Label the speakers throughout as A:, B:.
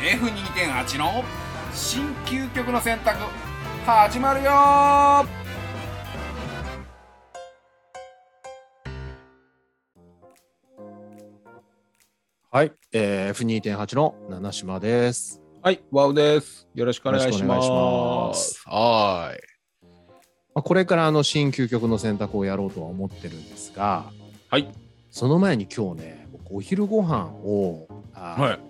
A: F2.8 の新究極の選択始まるよー
B: はい、えー、F2.8 の七島です。
C: はい、ワウです。よろしくお願いします。
B: よろし
C: はーい。
B: まあ、これからあの新究極の選択をやろうとは思ってるんですが、
C: はい、
B: その前に今日ね、僕お昼ご飯を、あー
C: はい。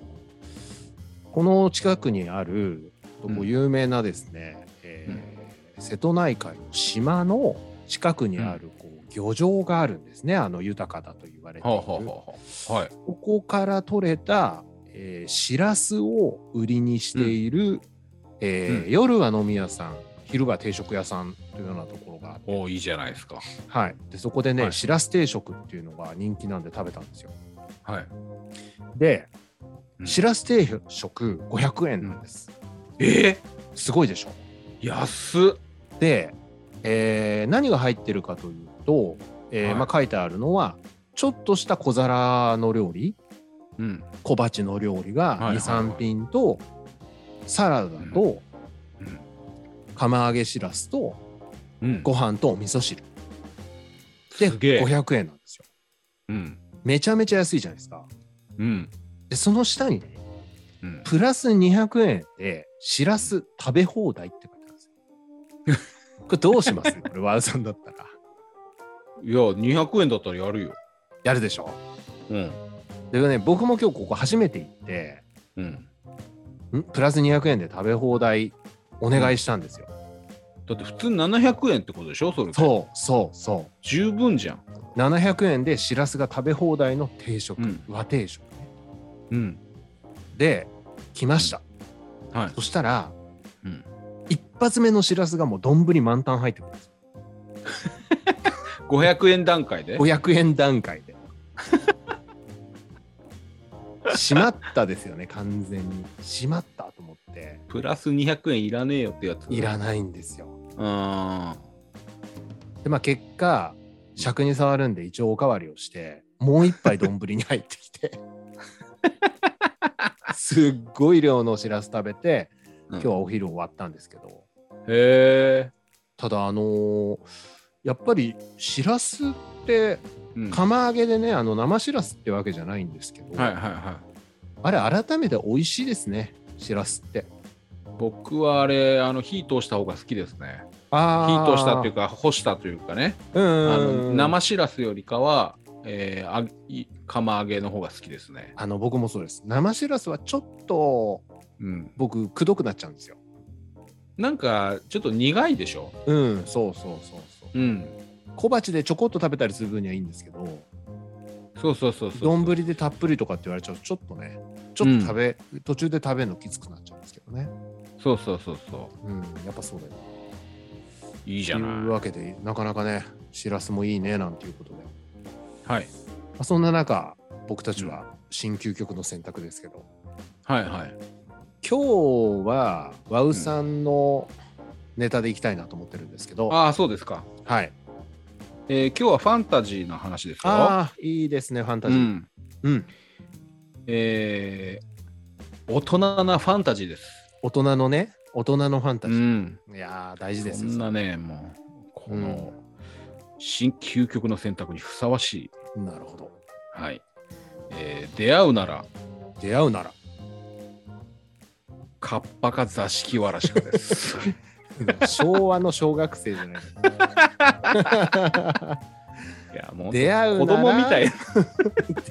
B: この近くにあるとこ
C: うん
B: 有名なですね、えー瀬戸内海の島の近くにあるこう漁場があるんですね、あの豊かだと言われてい
C: は
B: る、
C: あ、はあはあ、はい。
B: ここから取れた、えーシラスを売りにしている、えー
C: うん
B: 夜は飲み屋さん昼は定食屋さんというようなところがあって、
C: おお、いいじゃないですか。
B: はい、でそこでね、
C: はい
B: シラス定食っていうのが人気なんで食べたんですよ
C: はい。
B: で、
C: うん
B: シラス定食500円なんです、
C: え
B: すごいでしょ
C: ー、安っ。
B: で、えー何が入ってるかというと、えー
C: はい
B: まあ、書いてあるのはちょっとした小皿の料理
C: うん。
B: 小鉢の料
C: はいは
B: 理
C: い
B: が
C: はい
B: 23品とサラダと
C: うん
B: 釜揚げしらすと
C: うん。
B: ご飯とお味噌汁
C: すげ
B: で
C: え。
B: 500円なんですよ
C: うん。
B: めちゃめちゃ安いじゃないですか
C: うん。
B: でその下にね
C: うん。
B: プラス200円でしらす食べ放題って書いてあるんですよ これどうしますこれワウさんだったら
C: いや、二百円だったらやるよ。
B: やるでしょ
C: うん。
B: でね僕も今日ここ初めて行って
C: うん。
B: んプラス200円で食べ放題お願いしたんですよ、
C: だって普通七百円ってことでしょそれ。う。
B: そうそうそう
C: 十分じゃん。
B: 700円でしらすが食べ放題の定食、
C: うん
B: 和定食ね
C: うん。
B: で来ました、
C: はい。
B: そしたら
C: うん。
B: 一発目のしらすがもう丼満タン入ってくるんですよ
C: 五百円段階で。
B: 500円段階で しまったですよね完全にしまったと思って
C: プラス二百円いらねえよってやつ。
B: いらないんですよ
C: あ
B: でまあ結果尺に触るんで一応おかわりをしてもう一杯丼に入ってき てすっごい量のしらす食べて
C: うん
B: 今日はお昼終わったんですけど、
C: ー。へえ。
B: ただあのーやっぱりしらすって
C: うんはい
B: 釜揚げでね、あの生しらすってわけじゃないんですけど、
C: はいはい。
B: あれ改めて美味しいですねしらすって
C: 僕はあれあの火通した方が好きですね火
B: あ
C: 通したという
B: か
C: か干したというかね
B: うん
C: あ
B: うんうん
C: の生しらすよりかは、えーあい釜揚げの方が好きですね
B: あの僕もそうです生しらすはちょっと
C: うん
B: 僕くどくなっちゃうんですよ
C: なんかちょっと苦いでしょ
B: うんそうそうそうそ
C: う
B: う
C: ん
B: 小鉢でちょこっと食べたりする分にはいいんですけど
C: そうそうそうそう
B: 丼でたっぷりとかって言われちゃうとちょっとねちょっと食べ、途中で食べるのきつくなっちゃうんですけどね
C: そうそうそうそ
B: うんやっぱそうだよね
C: ういいじゃ
B: という
C: ない
B: わけでなかなかねしらすもいいねなんていうことで、ま
C: はい
B: あ、そんな中僕たちは新究極の選択ですけど、
C: はいはい
B: 今日はワウさんのネタでいきたいなと思ってるんですけど、
C: ああそうですか、
B: はい
C: えー今日はファンタジーの話ですよ
B: ああいいですねファンタ
C: う
B: ジー
C: ん
B: うん、
C: えー大人なファンタジーです
B: 大人のね大人のファンタ
C: う
B: ジー、
C: ん
B: いやー大事です
C: そ
B: よ
C: んな
B: な
C: ね、もう、この、新究極の選択にふさわしい。
B: なるほど
C: はい。えー出会うなら、
B: 出会うなら
C: カッパか座敷わらしか です。
B: 昭和の小学生じゃないですか
C: いや、もう、
B: 出会うな
C: 子
B: ら
C: 供みたいな。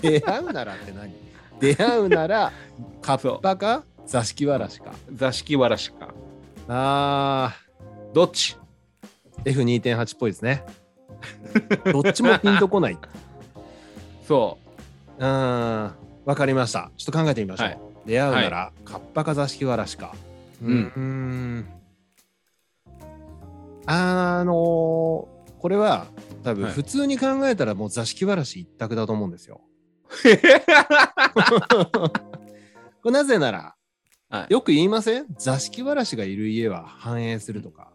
B: 出会うならって何出会うならカッパか座敷わらしか
C: 座敷わらしか。
B: あー
C: どっち
B: F2.8 っぽいですね。どっちもピンとこない。
C: そう
B: ーん、わかりました。ちょっと考えてみましょう。
C: はい
B: 出会うなら、カッパか座敷わらしか。う
C: うん
B: ーん。あのーこれは多分
C: はい
B: 普通に考えたらもう座敷わらし一択だと思う んですよ。
C: う。
B: これなぜなら、
C: はい
B: よく言いません座敷わらしがいる家は繁栄するとか。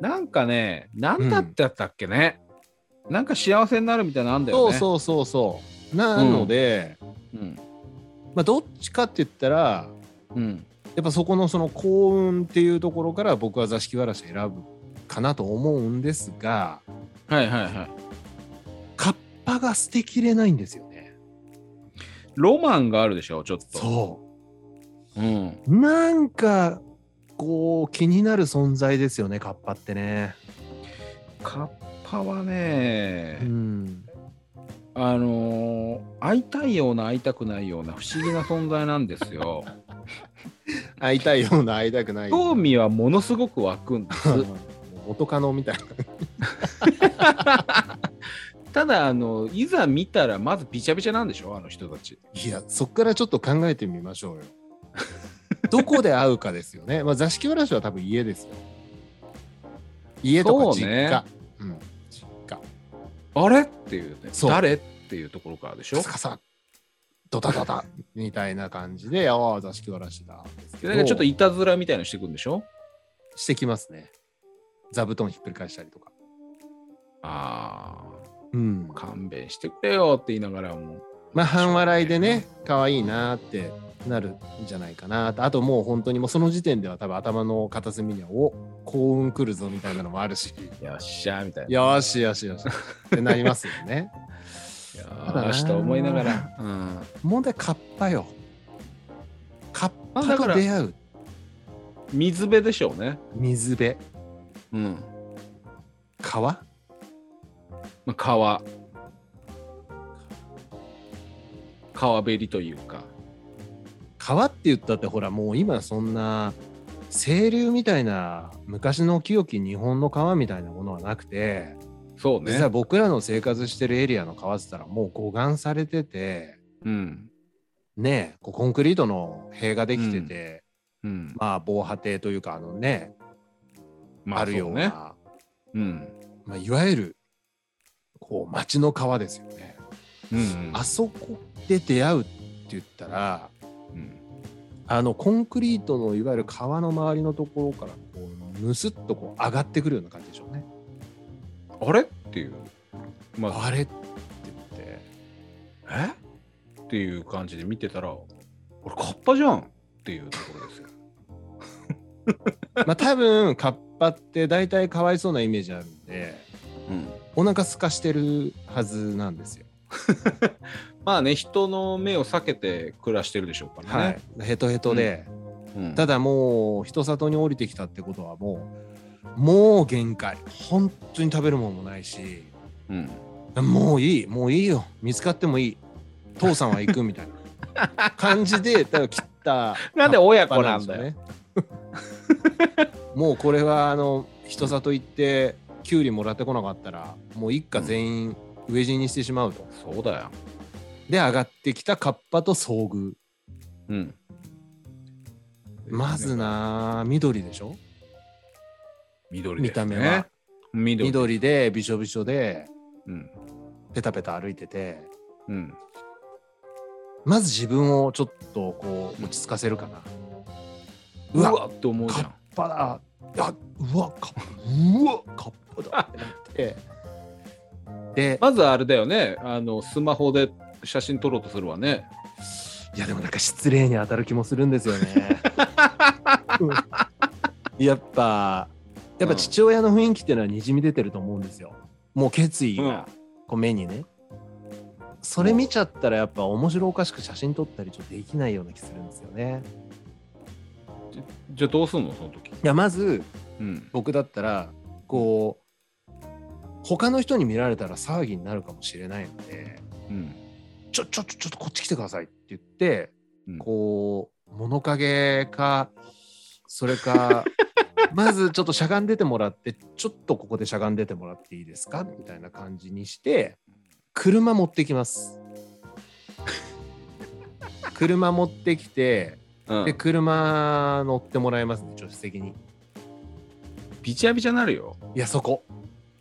C: なんかね、なんだってやったっけね。なんか幸せになるみたいなのあんだよ
B: そう
C: ね。う
B: そうそうそう。なので、
C: そう。ん。
B: まあ、どっちかって言ったら
C: うん。
B: やっぱそこのその幸運っていうところから僕は座敷わらし選ぶかなと思うんですが
C: はいはいはい。
B: カッパが捨てきれないんですよね
C: ロマンがあるでしょ、ちょっと。
B: そ
C: うん。
B: うなんかこう気になる存在ですよねカッパってね
C: カッパはね、
B: うん
C: あのー会いたいような会いたくないような不思議な存在なんですよ。
B: 会いたいような会いたくない
C: 興味はものすごく湧くんです。
B: 元カノみたいな
C: ただあのいざ見たらまずびちゃびちゃなんでしょあの人たち。
B: いやそこからちょっと考えてみましょうよ どこで会うかですよね、まあ、座敷わらしは多分家ですよ家とか実家う,、ん実家
C: あれっていうね
B: そう
C: 誰っていうところからでしょ
B: カサカサドタドタみたいな感じでああ座敷わらしだですけ
C: でな
B: ど
C: んかちょっといたずらみたいのしてくんでしょ
B: してきますね座布団ひっくり返したりとか
C: あ
B: うん
C: あ勘弁してくれよって言いながらも
B: まあ半笑いでね可愛いなーってなるんじゃないかなとあともう本当にもうその時点では多分頭の片隅にはお幸運来るぞみたいなのもある し
C: よっしゃーみたいな。
B: よーしよしよしってなりますよ ね。
C: よ
B: だな
C: ーしと思いながら。うん
B: 問題カッパよ。カッパと出会う
C: 水辺でしょうね。
B: 水辺
C: うん。
B: 川
C: まあ、川。川べりというか。
B: 川って言ったってほらもう今そんな清流みたいな昔の清き日本の川みたいなものはなくて
C: そうね。
B: 実は僕らの生活してるエリアの川って言ったらもう護岸されてて
C: うん。
B: ねえこうコンクリートの塀ができてて、
C: うん。
B: まあ防波堤というかあのね、
C: ま
B: あるよう
C: そうね。
B: な
C: うん。
B: まあ、いわゆるこう町の川ですよね。
C: うん
B: あそこで出会うって言ったら
C: うん
B: あのコンクリートのいわゆる川の周りのところからこうむすっとこう上がってくるような感じでしょうね。
C: あれっていう。まあ、
B: あれって言って
C: えっていう感じで見てたら、俺、カッパじゃんっていうところですよ。
B: まあ多分カッパって大体かわいそうなイメージあるんで
C: うん。
B: お腹空かしてるはずなんですよ。
C: まあね、人の目を避けて暮らしてるでしょうから
B: は
C: ね。
B: い、ヘトヘトで、
C: うん
B: ただもう人里に降りてきたってことはもうもう限界本当に食べるもんもないし
C: うん
B: もういいもういいよ見つかってもいい父さんは行くみたいな感じで多分切 った
C: なんで親子
B: 葉
C: な
B: っ
C: ん
B: ぱ
C: だよ。
B: です よねもうこれはあの人里行ってキュウリもらってこなかったらもう一家全員飢え死にしてしまうと、
C: そうだよ。
B: で上がってきたカッパと遭遇
C: うん。
B: まずなあ緑でしょ
C: 緑で
B: 見
C: すね
B: た目は
C: 緑。
B: 緑でびしょびしょで
C: うん。
B: ペタペタ歩いてて
C: うん。
B: まず自分をちょっとこう落ち着かせるかな、
C: う
B: うわ
C: わっと思うじゃん。
B: カッパだあうわカッパうわカッパだってなってで、
C: まずあれだよね、あのスマホで写真撮ろうとするわね。
B: いやでもなんか失礼に当たる気もするんですよねうん やっぱやっぱ父親の雰囲気っていうのはにじみ出てると思うんですよもう決意がこう目にねそれ見ちゃったらやっぱ面白おかしく写真撮ったりちょっとできないような気するんですよね
C: じゃあどうすんの、その時
B: いやまず
C: うん。
B: 僕だったらこう他の人に見られたら騒ぎになるかもしれないので
C: うん。
B: ちょちょちょちょっとこっち来てくださいって言って、
C: うん
B: こう物陰かそ れかまずちょっとしゃがんでてもらってちょっとここでしゃがんでてもらっていいですかみたいな感じにして車持って きます。車持ってきて
C: う
B: で
C: ん、
B: 車乗ってもらいますね助手席に。
C: びちゃびちゃになるよ。
B: いやそこ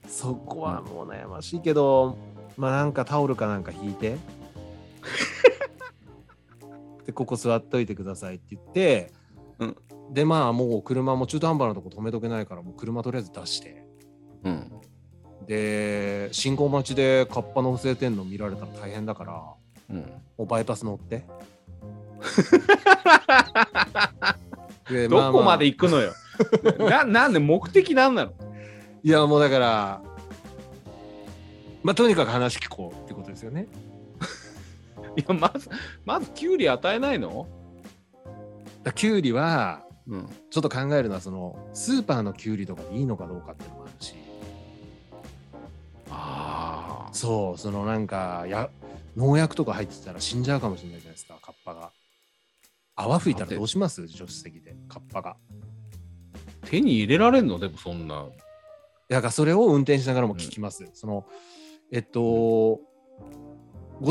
B: そこはもう悩ましいけど、まあなんかタオルかなんか引 いてでここ座っといてくださいって言って、
C: うん
B: でまあもう車も中途半端なとこ止めとけないからもう車とりあえず出して
C: うん。
B: で信号待ちでカッパの不正点の見られたら大変だから
C: うん、
B: もうバイパス乗ってえ
C: どこまで
B: い
C: 行くのよ。 ななんで目的なんなの
B: やもうだからまあとにかく話聞こうってことですよね
C: いやまずまず給料与えないの、
B: だキュウリは
C: うん、
B: ちょっと考えるのはそのスーパーのキュウリとかでいいのかどうかっていうのもあるし
C: あ
B: そうそのなんかや農薬とか入ってたら死んじゃうかもしれないじゃないですかカッパが泡吹いたらどうします助手席でカッパが
C: あ手に入れられんのでもそんな。
B: だからそれを運転しながらも聞きます。そのえっと、ご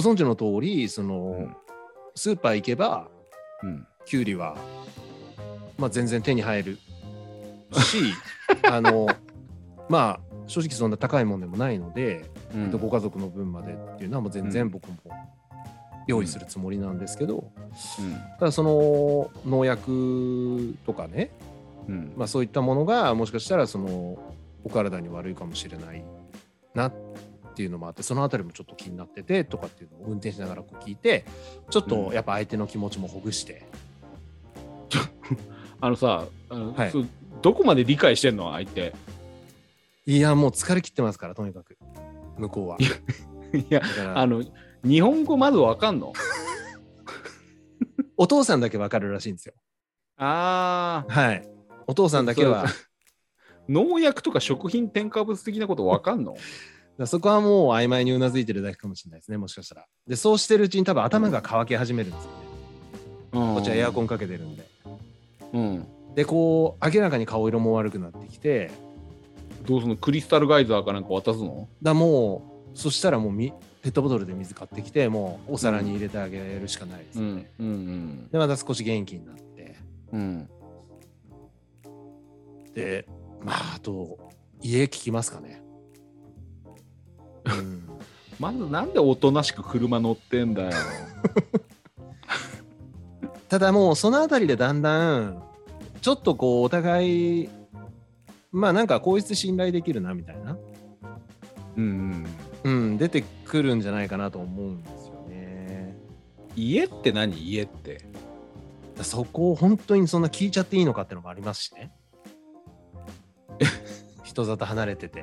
B: 存知の通りその、
C: うん
B: スーパー行けば
C: うん、
B: キュウリは、まあ、全然手に入る しあのまあ正直そんな高いもんでもないので、
C: うん
B: ご家族の分までっていうのはもう全然僕も用意するつもりなんですけど、ただその農薬とかね、
C: うん
B: まあ、そういったものがもしかしたらそのお体に悪いかもしれないなっていうのもあってそのあたりもちょっと気になっててとかっていうのを運転しながらこう聞いてちょっとやっぱ相手の気持ちもほぐして、
C: あのさあの、
B: はい
C: そうどこまで理解してんの相手。。
B: いやもう疲れ切ってますからとにかく向こうはい
C: いや
B: だから
C: あの日本語まずわかんの
B: お父さんだけわかるらしいんですよ。
C: ああ
B: はい。お父さんだけは
C: そう農薬とか食品添加物的なことわかんの
B: だからそこはもう曖昧にうなずいてるだけかもしれないですねもしかしたら。でそうしてるうちに多分頭が乾き始めるんですよね。
C: こ
B: こっちはエアコ
C: ン、
B: ンかけてるんで。
C: うん、
B: でこう明らかに顔色も悪くなってきて
C: どうすんのクリスタルガイザーかなんか渡すの
B: だもうそしたらもうみペットボトルで水買ってきてもうお皿に入れてあげるしかないです、
C: んうん
B: でまた少し元気になって
C: うんうん
B: でまああと家聞きますかね、 うん、
C: まずなんでおとなしく車乗ってんだよ
B: ただもうその辺りでだんだんちょっとこうお互いまあなんかこいつ信頼できるなみたいな、
C: うんうん
B: うん、出てくるんじゃないかなと思うんですよね
C: 家って何家って
B: だそこを本当にそんな聞いちゃっていいのかってのもあります しね人里離れてて、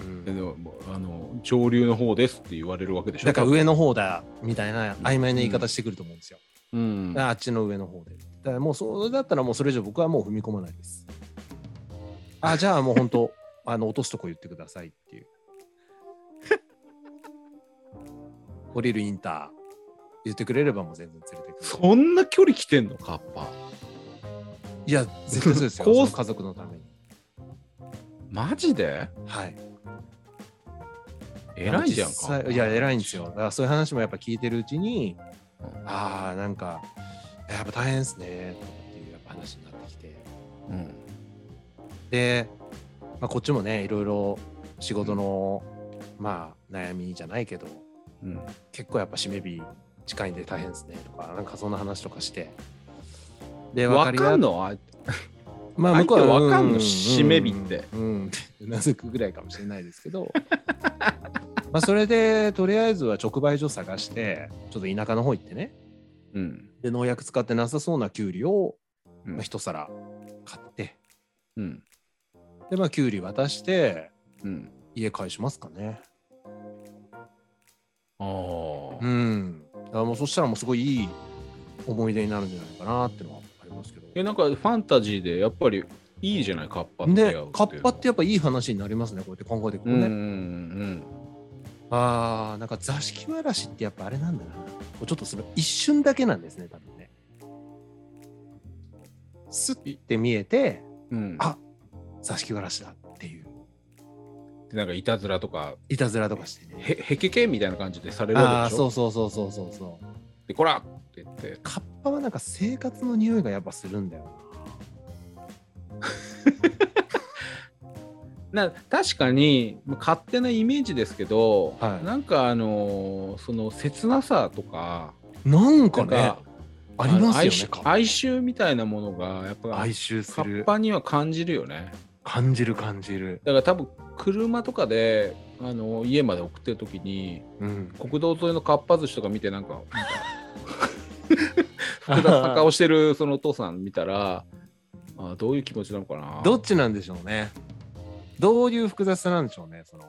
B: う
C: で
B: ん、
C: ももうあの上流の方ですって言われるわけでしょ
B: だから上の方だみたいな曖昧な言い方してくると思うんですよ、
C: うん
B: だからあっちの上の方でだからもうそれだったらもうそれ以上僕はもう踏み込まないですあじゃあもう本 当あの落とすとこ言ってくださいっていう降りるインター言ってくれればもう全然連れてくる
C: そんな距離来てんのカッパ
B: いや絶対そ うですよ
C: こう
B: その家族のために
C: マジで
B: はい
C: 偉いじゃん
B: 実
C: か
B: 際いや偉いんですよだからそういう話もやっぱ聞いてるうちに、ああなんかやっぱ大変ですねとかっていうやっぱ話になってきて
C: うん
B: で、まあ、こっちもねいろいろ仕事の、まあ悩みじゃないけど
C: うん
B: 結構やっぱ締め日近いんで大変ですねとかなんかそんな話とかしてで
C: わ
B: り
C: かん
B: の
C: のあ
B: まあ
C: 相
B: 向こう
C: 手
B: は
C: わかんの
B: う
C: 締め日って
B: うんうん うなずくぐらいかもしれないですけど まあそれでとりあえずは直売所探してちょっと田舎の方行ってね
C: うん
B: で農薬使ってなさそうなきゅうりを、
C: うん
B: まあ、一皿買って
C: うん
B: でまあきゅうり渡して
C: うん
B: 家返しますかね
C: ああ
B: うんあもうそしたらもうすごいいい思い出になるんじゃないかなっていうのはありますけど
C: えなんかファンタジーでやっぱりいいじゃないカッパって
B: で
C: 出会う
B: カッパって
C: いう
B: やっぱいい話になりますねこうやって考えていくと
C: の
B: ね、
C: はうんうん
B: あーなんか座敷わらしってやっぱあれなんだな。こうちょっとその一瞬だけなんですね、多分ね。スッて見えて、
C: うんうん
B: あ座敷わらしだっていう、
C: でなんかいたずらとか
B: いたずらとかしてね。
C: へへけけみたいな感じでされる
B: あ
C: わ
B: あ、
C: けでし
B: そ
C: ょ
B: うそうそうそうそうそう。
C: でこらって言って
B: カッパはなんか生活の匂いがやっぱするんだよ
C: な確かに勝手なイメージですけど、
B: はい
C: なんかあのーその切なさとか
B: な。なんかね、
C: なんか
B: ありますよね
C: の哀愁、
B: カッパ
C: 哀愁みたいなものがやっぱ
B: 哀愁す
C: カッ
B: る。
C: パには感じるよね
B: 感じる感じる。
C: だから多分車とかであの家まで送ってる時に
B: うん。
C: 国道沿いのかっぱ寿司とか見てなんかなんか複雑な顔してるそのお父さん見たら、あーどういう気持ちなのかな。
B: どっちなんでしょうね。どういう複雑さなんでしょうね。その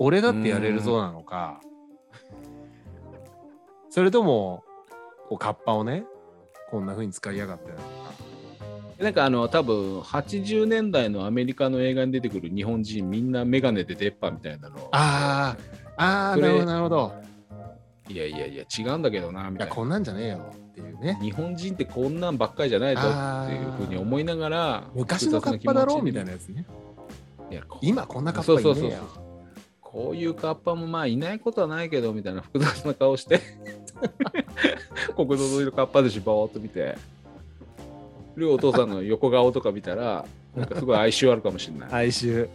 B: 俺だってやれるぞなのか、それとも、こう、カッパをね、こんな風に使いやがって。
C: なんかあの多分80年代のアメリカの映画に出てくる日本人みんな眼鏡で出っ歯みたいなの
B: ああ、ああ、
C: そ
B: な
C: れ
B: るほど、なるほど。
C: いやいやいや違うんだけどなみ
B: い
C: た
B: や、
C: いな
B: こんなんじゃねえよっていうね。
C: 日本人ってこんなんばっかりじゃないぞっていうふうに思いながら
B: 昔のカッパだろみたい
C: な
B: なやつね。
C: いやこ
B: 今こんなカッパいねえ
C: そう
B: よ
C: そうそうそうこういうカッパもまあいないことはないけどみたいな複雑な顔して国道沿いのカッパ寿司ぼーっと見てるお父さんの横顔とか見たらなんかすごい哀愁あるかもしれない、
B: 哀愁。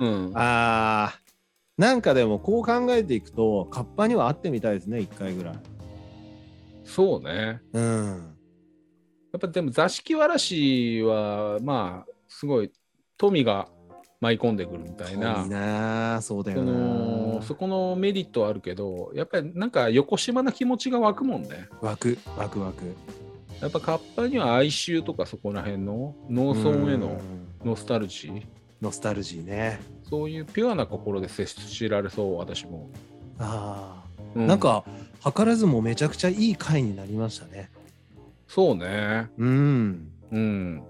C: うん、
B: ああ。なんかでもこう考えていくと、カッパには会ってみたいですね、一回ぐらい。
C: そうね
B: うん。
C: やっぱでも座敷わらしはまあすごい富が舞い込んでくるみたいな
B: 遠いなあそうだよ
C: そ
B: な
C: のそこのメリットはあるけどやっぱりなんか横島な気持ちが湧くもんね
B: ワクワクワク
C: やっぱカッパには哀愁とかそこら辺の農村へ
B: う
C: の
B: ん
C: ノスタルジー
B: ノスタルジーね
C: そういうピュアな心で接しられそう私も、
B: あ
C: う
B: あなんか図らずもめちゃくちゃいい回になりましたね
C: そうね
B: うん
C: うん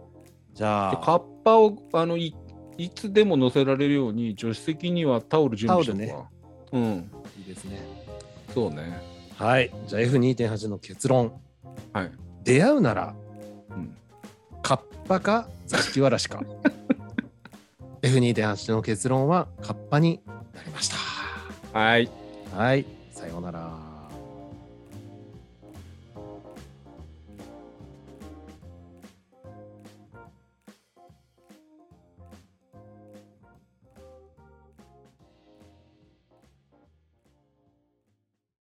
B: じゃ
C: で
B: あ
C: カッパをあのいいつでも乗せられるように助手席にはタオル準備しておくわうん
B: いいですね
C: そうね
B: はいじゃあ F2.8 の結論
C: はい
B: 出会うなら
C: うん
B: カッパか座敷わらしか F2.8 の結論はカッパになりました
C: はい
B: はいさようなら